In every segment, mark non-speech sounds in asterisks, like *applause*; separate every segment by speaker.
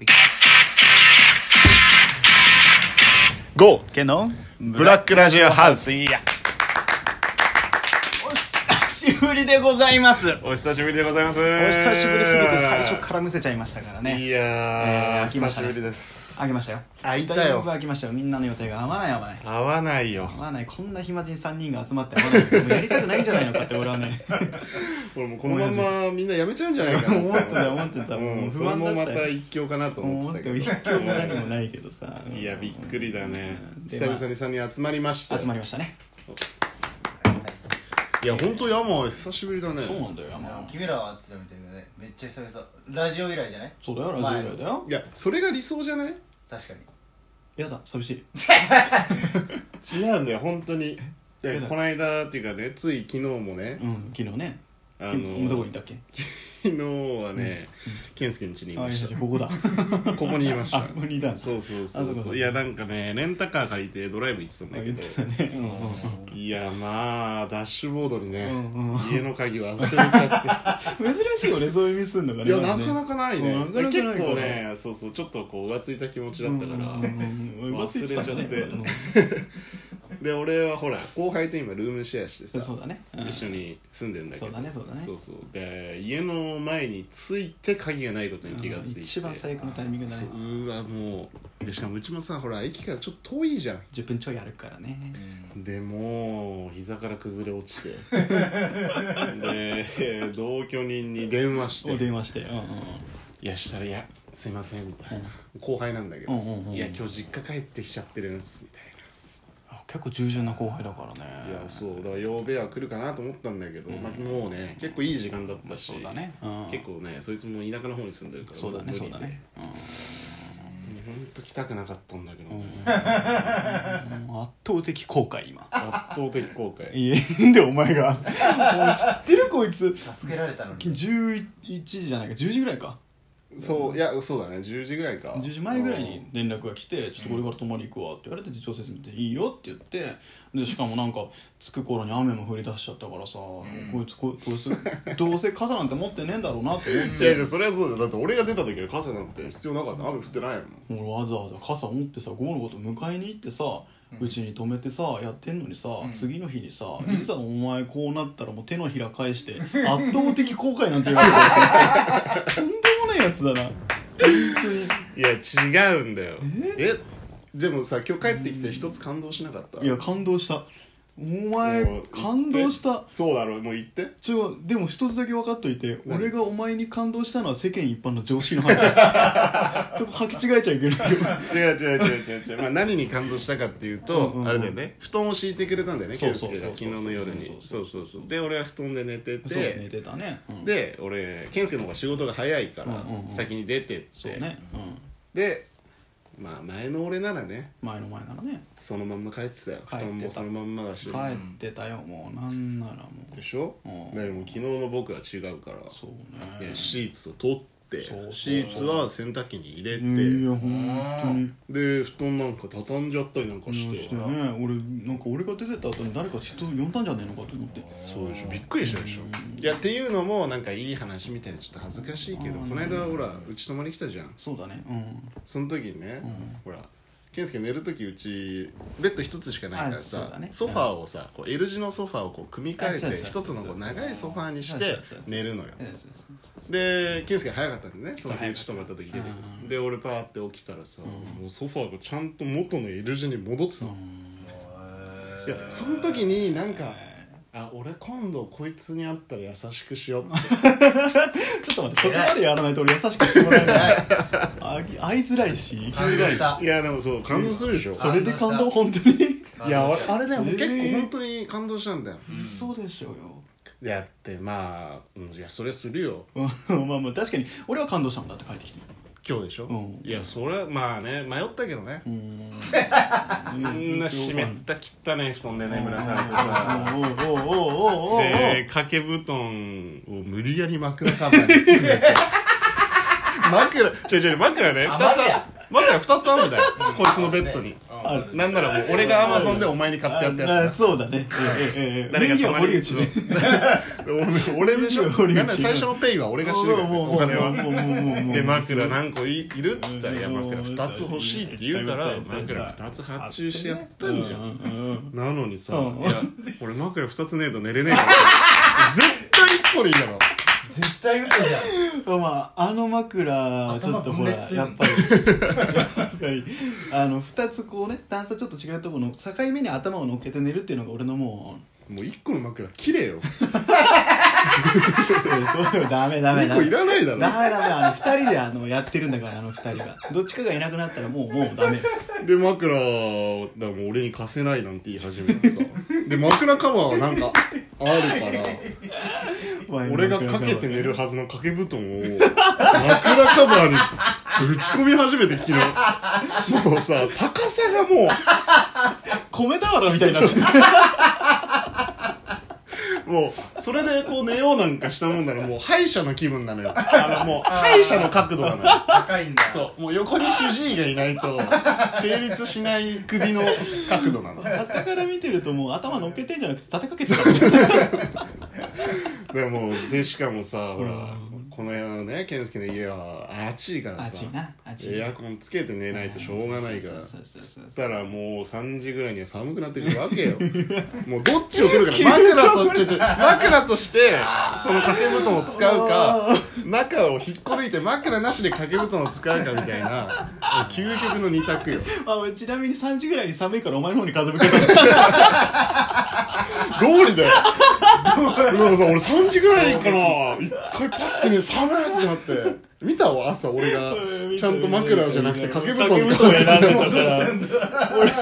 Speaker 1: いき
Speaker 2: ゴー
Speaker 1: けの
Speaker 2: ブラックラジオハウス
Speaker 1: いやお久しぶりでございます
Speaker 2: お久しぶりでございますお
Speaker 1: お久しぶりすぎて最初からむせちゃいましたから
Speaker 2: い
Speaker 1: ね
Speaker 2: やー、
Speaker 1: えー飽きましたね
Speaker 2: 久しぶりです
Speaker 1: あげましたよ
Speaker 2: 開いたよ
Speaker 1: だいぶ開きましたよみんなの予定が合わない合わない
Speaker 2: 合わないよ
Speaker 1: 合わないこんな暇人3人が集まって合わないもうやりたくないんじゃないのかって俺はね
Speaker 2: 俺もうこのままみんなやめちゃうんじゃないかな
Speaker 1: 思ってた思ってた
Speaker 2: う、
Speaker 1: もうん
Speaker 2: そ
Speaker 1: 不
Speaker 2: れ
Speaker 1: 安だ
Speaker 2: もま
Speaker 1: った
Speaker 2: た
Speaker 1: よ
Speaker 2: 一強かなと思
Speaker 1: *laughs*
Speaker 2: っ
Speaker 1: 思
Speaker 2: て
Speaker 1: ったて
Speaker 2: け
Speaker 1: も
Speaker 2: ど
Speaker 1: 一挙も何もないけどさ
Speaker 2: いやびっくりだね
Speaker 1: で
Speaker 2: 久
Speaker 1: まあ
Speaker 2: 々に3人集まりました
Speaker 1: 集まりましたね
Speaker 2: いや本当ヤマ久しぶりだね
Speaker 1: そうなんだよ
Speaker 3: いや
Speaker 1: 山
Speaker 3: 君らはあっちだみたいなねめっちゃ久々ラジオ以来じゃない
Speaker 1: そうだよラジオ以来だよ
Speaker 2: いやそれが理想じゃない
Speaker 3: 確かに
Speaker 1: やだ寂しい
Speaker 2: 違うんだよ本当にいや
Speaker 1: えらい
Speaker 2: この間っていうかねつい昨日もね
Speaker 1: う、ん昨日ね
Speaker 2: あ
Speaker 1: 今どこ
Speaker 2: の
Speaker 1: にいたっけ
Speaker 2: 昨日はね、健介ん家にい
Speaker 1: あ
Speaker 2: ま
Speaker 1: いや
Speaker 2: し
Speaker 1: い
Speaker 2: た
Speaker 1: やここだ
Speaker 2: ここにいました
Speaker 1: *laughs* あここにいたんだ
Speaker 2: そうそうそ
Speaker 1: あそううかそう
Speaker 2: そう
Speaker 1: か
Speaker 2: いやなんかねレンタカー借りてドライブ行ってたんだけ
Speaker 1: 言ってた
Speaker 2: ど
Speaker 1: ねうんうんうん
Speaker 2: いやまあダッシュボードにね、
Speaker 1: うんうん
Speaker 2: 家の鍵忘れ
Speaker 1: *laughs*
Speaker 2: ちゃ
Speaker 1: 珍しいよ *laughs* ねそういうミスすんのが
Speaker 2: っ
Speaker 1: ね
Speaker 2: ていやなかなかないね
Speaker 1: うんなかなかない
Speaker 2: 結
Speaker 1: から
Speaker 2: 構ねそうそうちょっとこう浮ついた気持ちだったから、
Speaker 1: うんうんうんうん
Speaker 2: 忘れちゃって
Speaker 1: 奪って言た
Speaker 2: で俺はほら後輩と今ルームシェアして
Speaker 1: うん
Speaker 2: さ
Speaker 1: そうだねうん
Speaker 2: 一緒に住んでんだけど
Speaker 1: そうだねそうだね
Speaker 2: そうそうで家の前に着いて鍵がないことに気がついて、
Speaker 1: 一番最悪のタイミングだ
Speaker 2: そ
Speaker 1: ね
Speaker 2: ううわもうでしかもうちもさほら駅からちょっと遠いじゃん
Speaker 1: 10分ちょい歩くからね
Speaker 2: でもう膝から崩れ落 *laughs* ちてで同居人に電話し
Speaker 1: お
Speaker 2: て
Speaker 1: 電話してうんうんうん
Speaker 2: 「いやしたらいやすいません」みたいな後輩なんだけどさ
Speaker 1: うんうんうん
Speaker 2: いや今日実家帰ってきちゃってるんです」みたいな。
Speaker 1: あ結構従順な後輩だから
Speaker 2: い
Speaker 1: ね
Speaker 2: やそうだから曜日は来るかなと思ったんだけど、まあ、もうね結構いい時間だったし、
Speaker 1: そうだねうん
Speaker 2: 結構ねそいつも田舎の方に住んでるから
Speaker 1: そうだね
Speaker 2: も無
Speaker 1: そ
Speaker 2: 理
Speaker 1: う
Speaker 2: で
Speaker 1: だね
Speaker 2: もうほんと来たくなかったんだけど、
Speaker 1: うんもう圧倒的後悔今
Speaker 2: 圧倒的後悔
Speaker 1: いやなんでお前が *laughs* もう知ってるこいつ
Speaker 3: 助けられたのに
Speaker 1: 11時じゃないか10時ぐらいか
Speaker 2: そういやそうだね10時ぐらいか
Speaker 1: 10時前ぐらいに連絡が来て「ちょっとこれから泊まり行くわ」って言われて次長説明って「いいよ」って言ってでしかもなんか着く頃に雨も降り出しちゃったからさ、こいつここいつどうせ傘なんて持ってねえんだろうな *laughs* って思っ
Speaker 2: いやい
Speaker 1: て
Speaker 2: やそれはそうだよだって俺が出た時は傘なんて必要なかった雨降ってないもん
Speaker 1: もうわざわざ傘持ってさ午後のこと迎えに行ってさうちに泊めてさやってんのにさ、次の日にさ「いざお前こうなったらもう手のひら返して圧倒的後悔なんて言われて *laughs* とんでもないやつだな本当に。
Speaker 2: いや違うんだよえでもさ今日帰ってきて一つ感動しなかった
Speaker 1: いや感動したお
Speaker 2: も
Speaker 1: 前
Speaker 2: う
Speaker 1: 感動した
Speaker 2: そうだろうもう言って
Speaker 1: ちょでも一つだけ分かっといて
Speaker 2: 何
Speaker 1: 俺がお前に感動したのは世間一般の常識
Speaker 2: *laughs*
Speaker 1: の範囲だそこ履き違えちゃいけないよ
Speaker 2: 違う違う違う違う違う、まあ、何に感動したかっていうと、
Speaker 1: うんうんうん
Speaker 2: あれだよね布団を敷いてくれたんだよね
Speaker 1: そう
Speaker 2: 健
Speaker 1: そう
Speaker 2: 介が
Speaker 1: そう
Speaker 2: 昨日の夜に
Speaker 1: そ
Speaker 2: そううそうそうで俺は布団で寝て
Speaker 1: そう
Speaker 2: て、
Speaker 1: 寝てたね、うん、
Speaker 2: で俺健介の方が仕事が早いから
Speaker 1: うんうんうん
Speaker 2: 先に出てって、
Speaker 1: そうね、うん、
Speaker 2: でまあ前の俺ならね
Speaker 1: 前の前ならね
Speaker 2: そのまんま帰ってたよ
Speaker 1: 帰ってた
Speaker 2: 布団もそのまんまだし
Speaker 1: 帰ってたよもうなんならも
Speaker 2: でしょ、
Speaker 1: うん
Speaker 2: だけどもう昨日の僕は違うから
Speaker 1: うそう
Speaker 2: い
Speaker 1: ね
Speaker 2: やシーツを取って
Speaker 1: そうそう
Speaker 2: シーツは洗濯機に入れて、
Speaker 1: いや本当に
Speaker 2: で布団なんか畳んじゃったりなんかして
Speaker 1: してね俺なんか俺が出てった後に誰か人呼んだんじゃねえのかと思って
Speaker 2: そうでしょびっくりしたでしょいやっていうのもなんかいい話みたいでちょっと恥ずかしいけどこの間ほらうち泊まり来たじゃん
Speaker 1: そうだねうん
Speaker 2: その時にね、ほら健介寝る時うちベッド一つしかないから
Speaker 1: あ
Speaker 2: さ
Speaker 1: そう、だね
Speaker 2: ソファーをさこう L 字のソファーをこう組み替
Speaker 1: あそう
Speaker 2: え
Speaker 1: そ
Speaker 2: て
Speaker 1: うそう
Speaker 2: 一つ
Speaker 1: そう
Speaker 2: のこう長いソファーにし
Speaker 1: そう
Speaker 2: て
Speaker 1: そうそうそう
Speaker 2: 寝るのよ
Speaker 1: そうそうそう
Speaker 2: で健介早かったんでねその日
Speaker 1: そう
Speaker 2: うち泊まった時出てく
Speaker 1: 早
Speaker 2: る
Speaker 1: かった
Speaker 2: で俺パーって起きたらさ、もうソファーがちゃんと元の L 字に戻ってたの、いやその時になんかあ俺今度こいつに会ったら優しくしようって
Speaker 1: ちょっと待って、そこまでやらないと俺優しくしてもらえない。あぎ会いづらいし、行きづらい。
Speaker 3: た
Speaker 2: いやでもそう感動するでしょ、
Speaker 1: それで感動、本当に。
Speaker 2: *laughs* いや俺あれね、
Speaker 1: えー
Speaker 2: 結構本当に感動したんだよ
Speaker 1: 嘘でしょう
Speaker 2: だってまあ、うん、いやそれするよ
Speaker 1: よ。うんまあまあ、確かに、俺は感動したんだって帰ってきて。
Speaker 2: 今日でしょ、
Speaker 1: うん
Speaker 2: いやそれはまあね迷ったけどね
Speaker 1: う
Speaker 2: こ、
Speaker 1: ん。
Speaker 2: んな湿った汚い布団で眠らされてさ
Speaker 1: おうおうおうおうおうおう
Speaker 2: で掛け布団を無
Speaker 1: *laughs*
Speaker 2: 理やり枕カバーに詰めて枕ちょいちょい枕ね
Speaker 3: あ
Speaker 2: 2つ
Speaker 3: まりや
Speaker 2: あ枕2つあるんだよこいつのベッドに
Speaker 1: あ
Speaker 3: あ
Speaker 1: る
Speaker 2: なんならもう俺がアマゾンでお前に買ってやったや
Speaker 1: あ
Speaker 2: つ
Speaker 1: そうだねええええ
Speaker 2: 誰が
Speaker 1: メインは
Speaker 2: 隣
Speaker 1: 堀
Speaker 2: に
Speaker 1: 内ね
Speaker 2: そう俺俺でしょ
Speaker 1: メインは堀内
Speaker 2: なんなら最初のペイは俺が知るからね
Speaker 1: もうもう
Speaker 2: お金は
Speaker 1: もうもうもうもうもう
Speaker 2: で枕何個いいるっつったら「いや
Speaker 1: うん
Speaker 2: 枕2つ欲しい」って言うから
Speaker 1: うん
Speaker 2: 枕2つ発注してやったんじゃ
Speaker 1: うんんうんうん
Speaker 2: なのにさ「
Speaker 1: うん
Speaker 2: いや俺枕2つねえと寝れねえから」
Speaker 1: *laughs*
Speaker 2: 絶対1個でいいだろ
Speaker 3: 絶対嘘じゃん
Speaker 1: まああの枕はちょっとほら
Speaker 3: 頭分裂する
Speaker 1: やっぱりやっぱりあの2つこうね段差ちょっと違うところの境目に頭を乗っけて寝るっていうのが俺のもう *laughs*
Speaker 2: もう1個の枕切れよ
Speaker 1: そうよダメダメ
Speaker 2: 2
Speaker 1: ダ
Speaker 2: 個
Speaker 1: メ
Speaker 2: いらないだ
Speaker 1: ダメ
Speaker 2: ろ
Speaker 1: ダメあの2人であのやってるんだからあの2人がどっちかがいなくなったらもうもうダメ
Speaker 2: で枕をだからもう俺に貸せないなんて言い始めてさで枕カバーはなんかあるから俺がかけて寝るはずの掛け布団を枕カバーにぶち込み始めて昨日もうさ高さがも
Speaker 1: 米俵みたいになってる
Speaker 2: うもうそれでこう寝ようなんかしたもんだらもう歯医者の気分なのよあのもう歯医者の角度なのよ
Speaker 3: 高いんだ
Speaker 2: そうもう横に主治医がいないと成立しない首の角度なの
Speaker 1: はたから見てるともう頭乗っけてんじゃなくて立てかけてた
Speaker 2: でもでしかもさほら、
Speaker 1: う
Speaker 2: この辺はね健介の家は暑いから
Speaker 1: あ
Speaker 2: さ
Speaker 1: ちいなあちい
Speaker 2: エアコンつけて寝ないとしょうがないから
Speaker 1: そうそうそうそう
Speaker 2: つったらもう3時ぐらいには寒くなってくるわけよもうどっちを取るか
Speaker 1: 急
Speaker 2: な
Speaker 1: に
Speaker 2: 枕とちょちょ枕としてその掛け布団を使うか中を引っこ抜いて枕なしで掛け布団を使うかみたいなもう究極の二択よ
Speaker 1: あ俺ちなみに3時ぐらいに寒いからお前の方に風向けた
Speaker 2: 通り *laughs* だよなんかさ俺3時ぐらいかな一回パッてね寒いってなって見たわ朝俺がちゃんと枕じゃなくて掛け布団に
Speaker 1: 掛け布団選んで
Speaker 2: い
Speaker 1: たから俺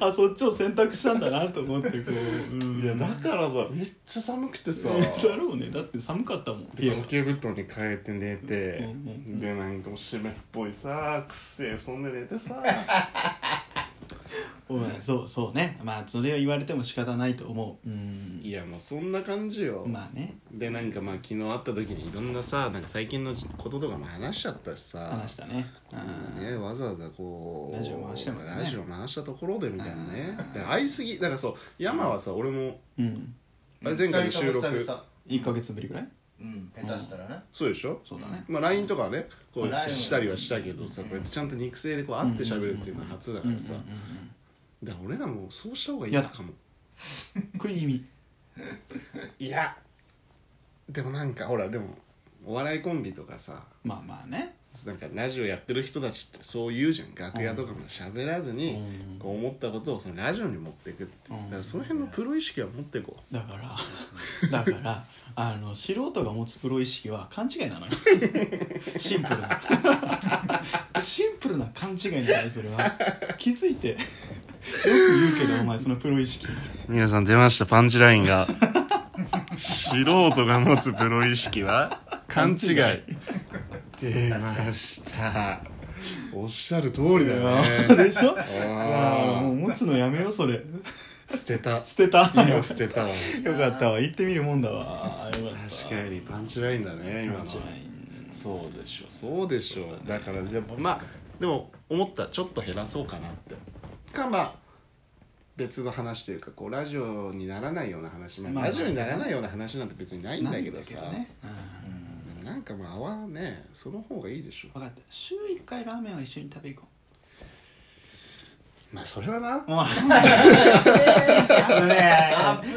Speaker 1: あそっちを選択したんだなと思ってこう、うん、
Speaker 2: やだからだめっちゃ寒くてさ
Speaker 1: だろうねだって寒かったもんいや
Speaker 2: 掛け布団に変えて寝て
Speaker 1: うんうん
Speaker 2: でなんかもう湿っぽいさくっせえ布団で寝てさ
Speaker 1: うんそうそうねまあそれを言われても仕方ないと思ううん
Speaker 2: *laughs* いやもうそんな感じよ
Speaker 1: まあね
Speaker 2: でなんかまあ昨日会った時にいろんなさなんか最近のこととかも話しちゃったしさ
Speaker 1: 話したね
Speaker 2: うんね、わざわざこう
Speaker 1: ラジオ回してもね
Speaker 2: ラジオ回したところでみたいなねで会いすぎだからそう山はさ俺も
Speaker 1: うんうん
Speaker 2: あれ前回の収録
Speaker 3: 二人とも久々
Speaker 1: 1か月ぶりぐらい
Speaker 3: うん下手したらね
Speaker 2: そうでしょ
Speaker 1: そうだね
Speaker 2: まあ LINE とかはねこ
Speaker 3: まあ
Speaker 2: う
Speaker 3: LINE
Speaker 2: したりはしたけどさこうやってちゃんと肉声でこう会って喋るっていうのは初だからさ
Speaker 1: うんうん
Speaker 2: だから俺らもそうした方がいいのかも
Speaker 1: 食い気味
Speaker 2: いやでもなんかほらでもお笑いコンビとかさ
Speaker 1: まあまあね
Speaker 2: なんかラジオやってる人たちってそう言うじゃん楽屋とかも喋らずに
Speaker 1: うん
Speaker 2: こう思ったことをそのラジオに持っていくっていう
Speaker 1: うん
Speaker 2: だからその辺のプロ意識は持っていこう
Speaker 1: だからだからあの素人が持つプロ意識は勘違い *laughs* なのよシンプルなシンプルな勘違いなのよそれは気づいてよく言うけどお前そのプロ意識
Speaker 2: 皆さん出ましたパンチライン *laughs* が素人が持つプロ意識は勘違い出ましたおっしゃる通りだよね
Speaker 1: *laughs* でしょああ
Speaker 2: あ
Speaker 1: もう持つのやめようそれ
Speaker 2: ー捨てた
Speaker 1: 捨てた
Speaker 2: 今捨てたわ
Speaker 1: よかったわ行ってみるもんだわよかった
Speaker 2: 確かにパンチラインだね今のはそうでしょそうでしょだからやっぱまあでも思ったちょっと減らそうかなってかまあ別の話というかこうラジオにならないような話、まあ
Speaker 1: まあ
Speaker 2: ラジオにならないような話なんて別にないんだけどさ
Speaker 1: なんだね
Speaker 2: でもなんかまあ泡ねその方がいいでしょ
Speaker 1: 分かった週1回ラーメンは一緒に食べ行こ
Speaker 2: まあそれは *laughs* な
Speaker 1: うもう危ねえ
Speaker 3: 危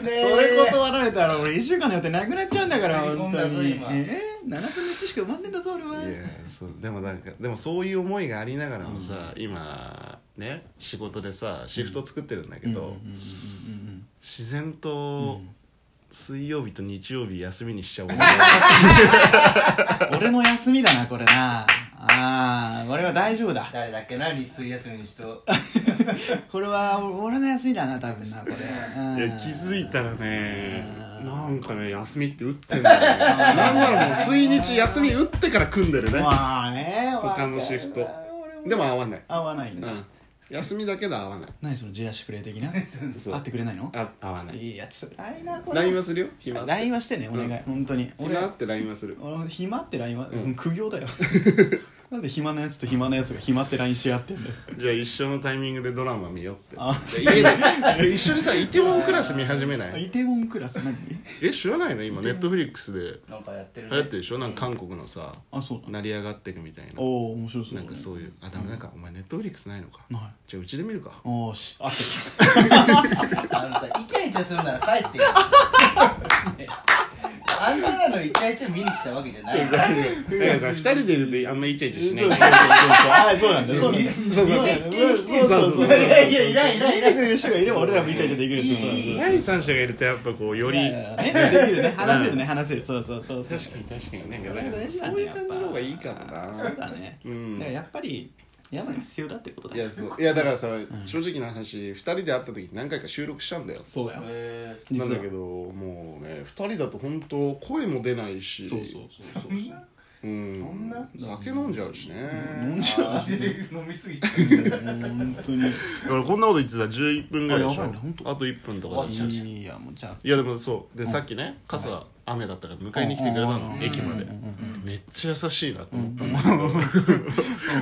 Speaker 3: ねえ
Speaker 1: それ断られたら俺1週間の予定なくなっちゃうんだから
Speaker 3: 入り込
Speaker 1: 本
Speaker 3: んだ
Speaker 1: 当
Speaker 3: ぞ
Speaker 1: に
Speaker 3: 今
Speaker 1: ええ7分の1しか埋まんねえんだぞ俺はい
Speaker 2: やそうでもなんかでもそういう思いがありながらもさ、今ね仕事でさシフト作ってるんだけ
Speaker 1: うんうん
Speaker 2: ど、
Speaker 1: うんうん
Speaker 2: 自然と、水曜日と日曜日休みにしちゃおう
Speaker 1: うん俺の休みだなこれなああこれは大丈夫だ
Speaker 3: 誰だっけな日水休みの人
Speaker 1: これは俺の休みだな多分なこれうん
Speaker 2: いや気づいたらねなんかね休みって打ってんだよ *laughs* ねなんならもう水日休み打ってから組んでるね
Speaker 1: まあね
Speaker 2: 他のシフト
Speaker 1: 俺も
Speaker 2: でも合わない、
Speaker 1: 合わないん
Speaker 2: う
Speaker 1: だ、
Speaker 2: ん、休みだけど合わない
Speaker 1: 何そのジラシプレイ的な
Speaker 2: *laughs* そう
Speaker 1: 会ってくれないの
Speaker 2: あ合わない
Speaker 1: いやつらいなこれ
Speaker 2: LINE はするよ暇
Speaker 1: LINE はしてねお願い、
Speaker 2: うん
Speaker 1: 本当に俺
Speaker 2: 暇って LINE はする *laughs*
Speaker 1: 俺暇って LINE は、うん苦行だよなんで暇なやつと暇なやつが暇って LINE し合ってんだよ
Speaker 2: じゃあ一緒のタイミングでドラマ見ようって
Speaker 1: あ
Speaker 2: で家で一緒にさイテウォンクラス見始めな
Speaker 1: あ
Speaker 2: い *laughs*
Speaker 1: イテウォンクラス何
Speaker 2: え知らないの今ネットフリックスで
Speaker 3: なんかやってる、
Speaker 2: 流行ってるでしょなんか韓国のさ
Speaker 1: あそうだ
Speaker 2: 成り上がってくみたいな
Speaker 1: おお面白そう
Speaker 2: な
Speaker 1: だ
Speaker 2: ん
Speaker 1: ね
Speaker 2: かそういうあダメなんかお前ネットフリックスないのか
Speaker 1: ない
Speaker 2: じゃあうちで見るか
Speaker 1: おーしあって
Speaker 3: あのさイチャイチャする *laughs* なら帰ってよねあんたらのイチャイチャ見に来たわけじゃない
Speaker 2: だからさ二人でいるとあんまイチャイチャしない
Speaker 1: あそうなんだそうなんだ
Speaker 2: そうそう
Speaker 1: そうそうそう
Speaker 3: いやいやいらんいらんい
Speaker 1: 見
Speaker 3: ら
Speaker 1: て
Speaker 3: ん
Speaker 1: くれる人がいれば俺らもイチャイチャできるって
Speaker 2: いい
Speaker 1: さ
Speaker 2: *laughs* 第三者がいるとやっぱこうより
Speaker 1: ねできるね話せるね話せるそうそうそうそう
Speaker 2: 確かに確かにな
Speaker 1: そう
Speaker 2: んか
Speaker 1: だね
Speaker 2: ねそういう感じの方がいいかもな
Speaker 1: そう *laughs* だね
Speaker 2: うん
Speaker 1: だからやっぱり山が必要だってことだ
Speaker 2: いやそういやだからさ正直な話二人で会った時何回か収録したんだよ
Speaker 1: そうだよ
Speaker 3: え
Speaker 2: なん
Speaker 1: 実
Speaker 2: だ
Speaker 1: は
Speaker 2: けどもうね二人だと本当声も出ないし
Speaker 1: そうそう
Speaker 2: *laughs*
Speaker 1: そうそう
Speaker 2: うん
Speaker 3: そんな
Speaker 2: 酒飲んじゃうし
Speaker 1: 飲
Speaker 2: ね
Speaker 1: んじゃう
Speaker 3: ー飲みすぎて
Speaker 1: 本当に
Speaker 2: だからこんなこと言ってたら11分ぐらいでし
Speaker 1: あやばいね本
Speaker 2: ょ
Speaker 1: 当
Speaker 2: あと1分とかで
Speaker 3: 終わっちゃう
Speaker 1: いやもうじゃあ
Speaker 2: いやでもそうでさっきね傘雨だったから迎えに来てくれたの
Speaker 1: うん
Speaker 2: 駅まで
Speaker 1: うん
Speaker 2: めっちゃ優しいなと思ったんだけど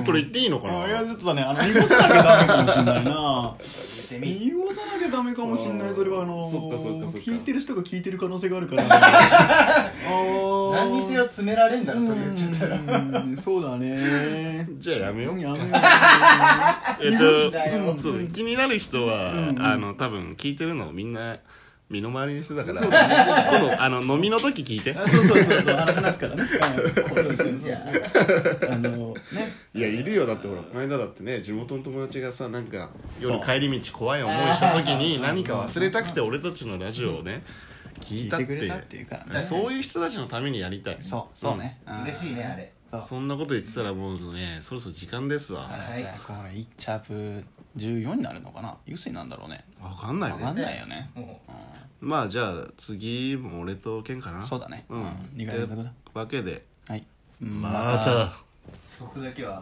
Speaker 2: *laughs* これ言っていいのか
Speaker 1: あいや
Speaker 2: な
Speaker 1: ちょっとだねあの濁さなきゃダメかもしんない *laughs* な
Speaker 3: セミ
Speaker 1: 濁さなきゃダメかもしんな
Speaker 2: あー
Speaker 1: いそれはあのー
Speaker 2: そっかそっかそっか
Speaker 1: 聞いてる人が聞いてる可能性があるからあー
Speaker 3: 何にせよ詰められんだ
Speaker 1: *laughs*
Speaker 3: ろ
Speaker 1: うん
Speaker 3: それ言っちゃったら
Speaker 1: うんそうだ *laughs* ね
Speaker 2: じゃあやめよ
Speaker 1: う
Speaker 2: うん
Speaker 1: やめよう
Speaker 2: えっ
Speaker 3: 濁すな
Speaker 2: と
Speaker 3: よ
Speaker 2: そう気になる人は
Speaker 1: うんうん
Speaker 2: あの多分聞いてるのをみんな身の回りにしてたから
Speaker 1: そうだ
Speaker 2: 今度あの飲みの時聞いて
Speaker 1: あそうそうそうそうあの話 *laughs* からねうんそうそう
Speaker 3: *laughs* じゃ
Speaker 1: そうあのね
Speaker 2: いやいるよだってほらこの間だってね地元の友達がさなんか夜
Speaker 1: そう
Speaker 2: 帰り道怖い思いした時に何か忘れたくて俺たちのラジオをね聞
Speaker 1: 聞
Speaker 2: い
Speaker 1: い
Speaker 2: たってて
Speaker 1: くれたっていうからね
Speaker 2: そういう人たちのためにやりたい
Speaker 1: そうそうね
Speaker 3: あ嬉しいねあれ
Speaker 1: そう
Speaker 2: そんなこと言ってたらもうねそろそろ時間ですわ
Speaker 1: あ
Speaker 3: は
Speaker 1: ら
Speaker 3: い
Speaker 1: じゃあこれ1チャープ14になるのかなユスになんだろうね
Speaker 2: わかんない
Speaker 1: わか
Speaker 2: ね
Speaker 1: んないよね
Speaker 3: もう
Speaker 2: まあじゃあ次も俺とケンかな
Speaker 1: そうだね
Speaker 2: うん
Speaker 1: うん二回連続だ
Speaker 2: ってわけで
Speaker 1: はい
Speaker 2: また
Speaker 3: そこだけは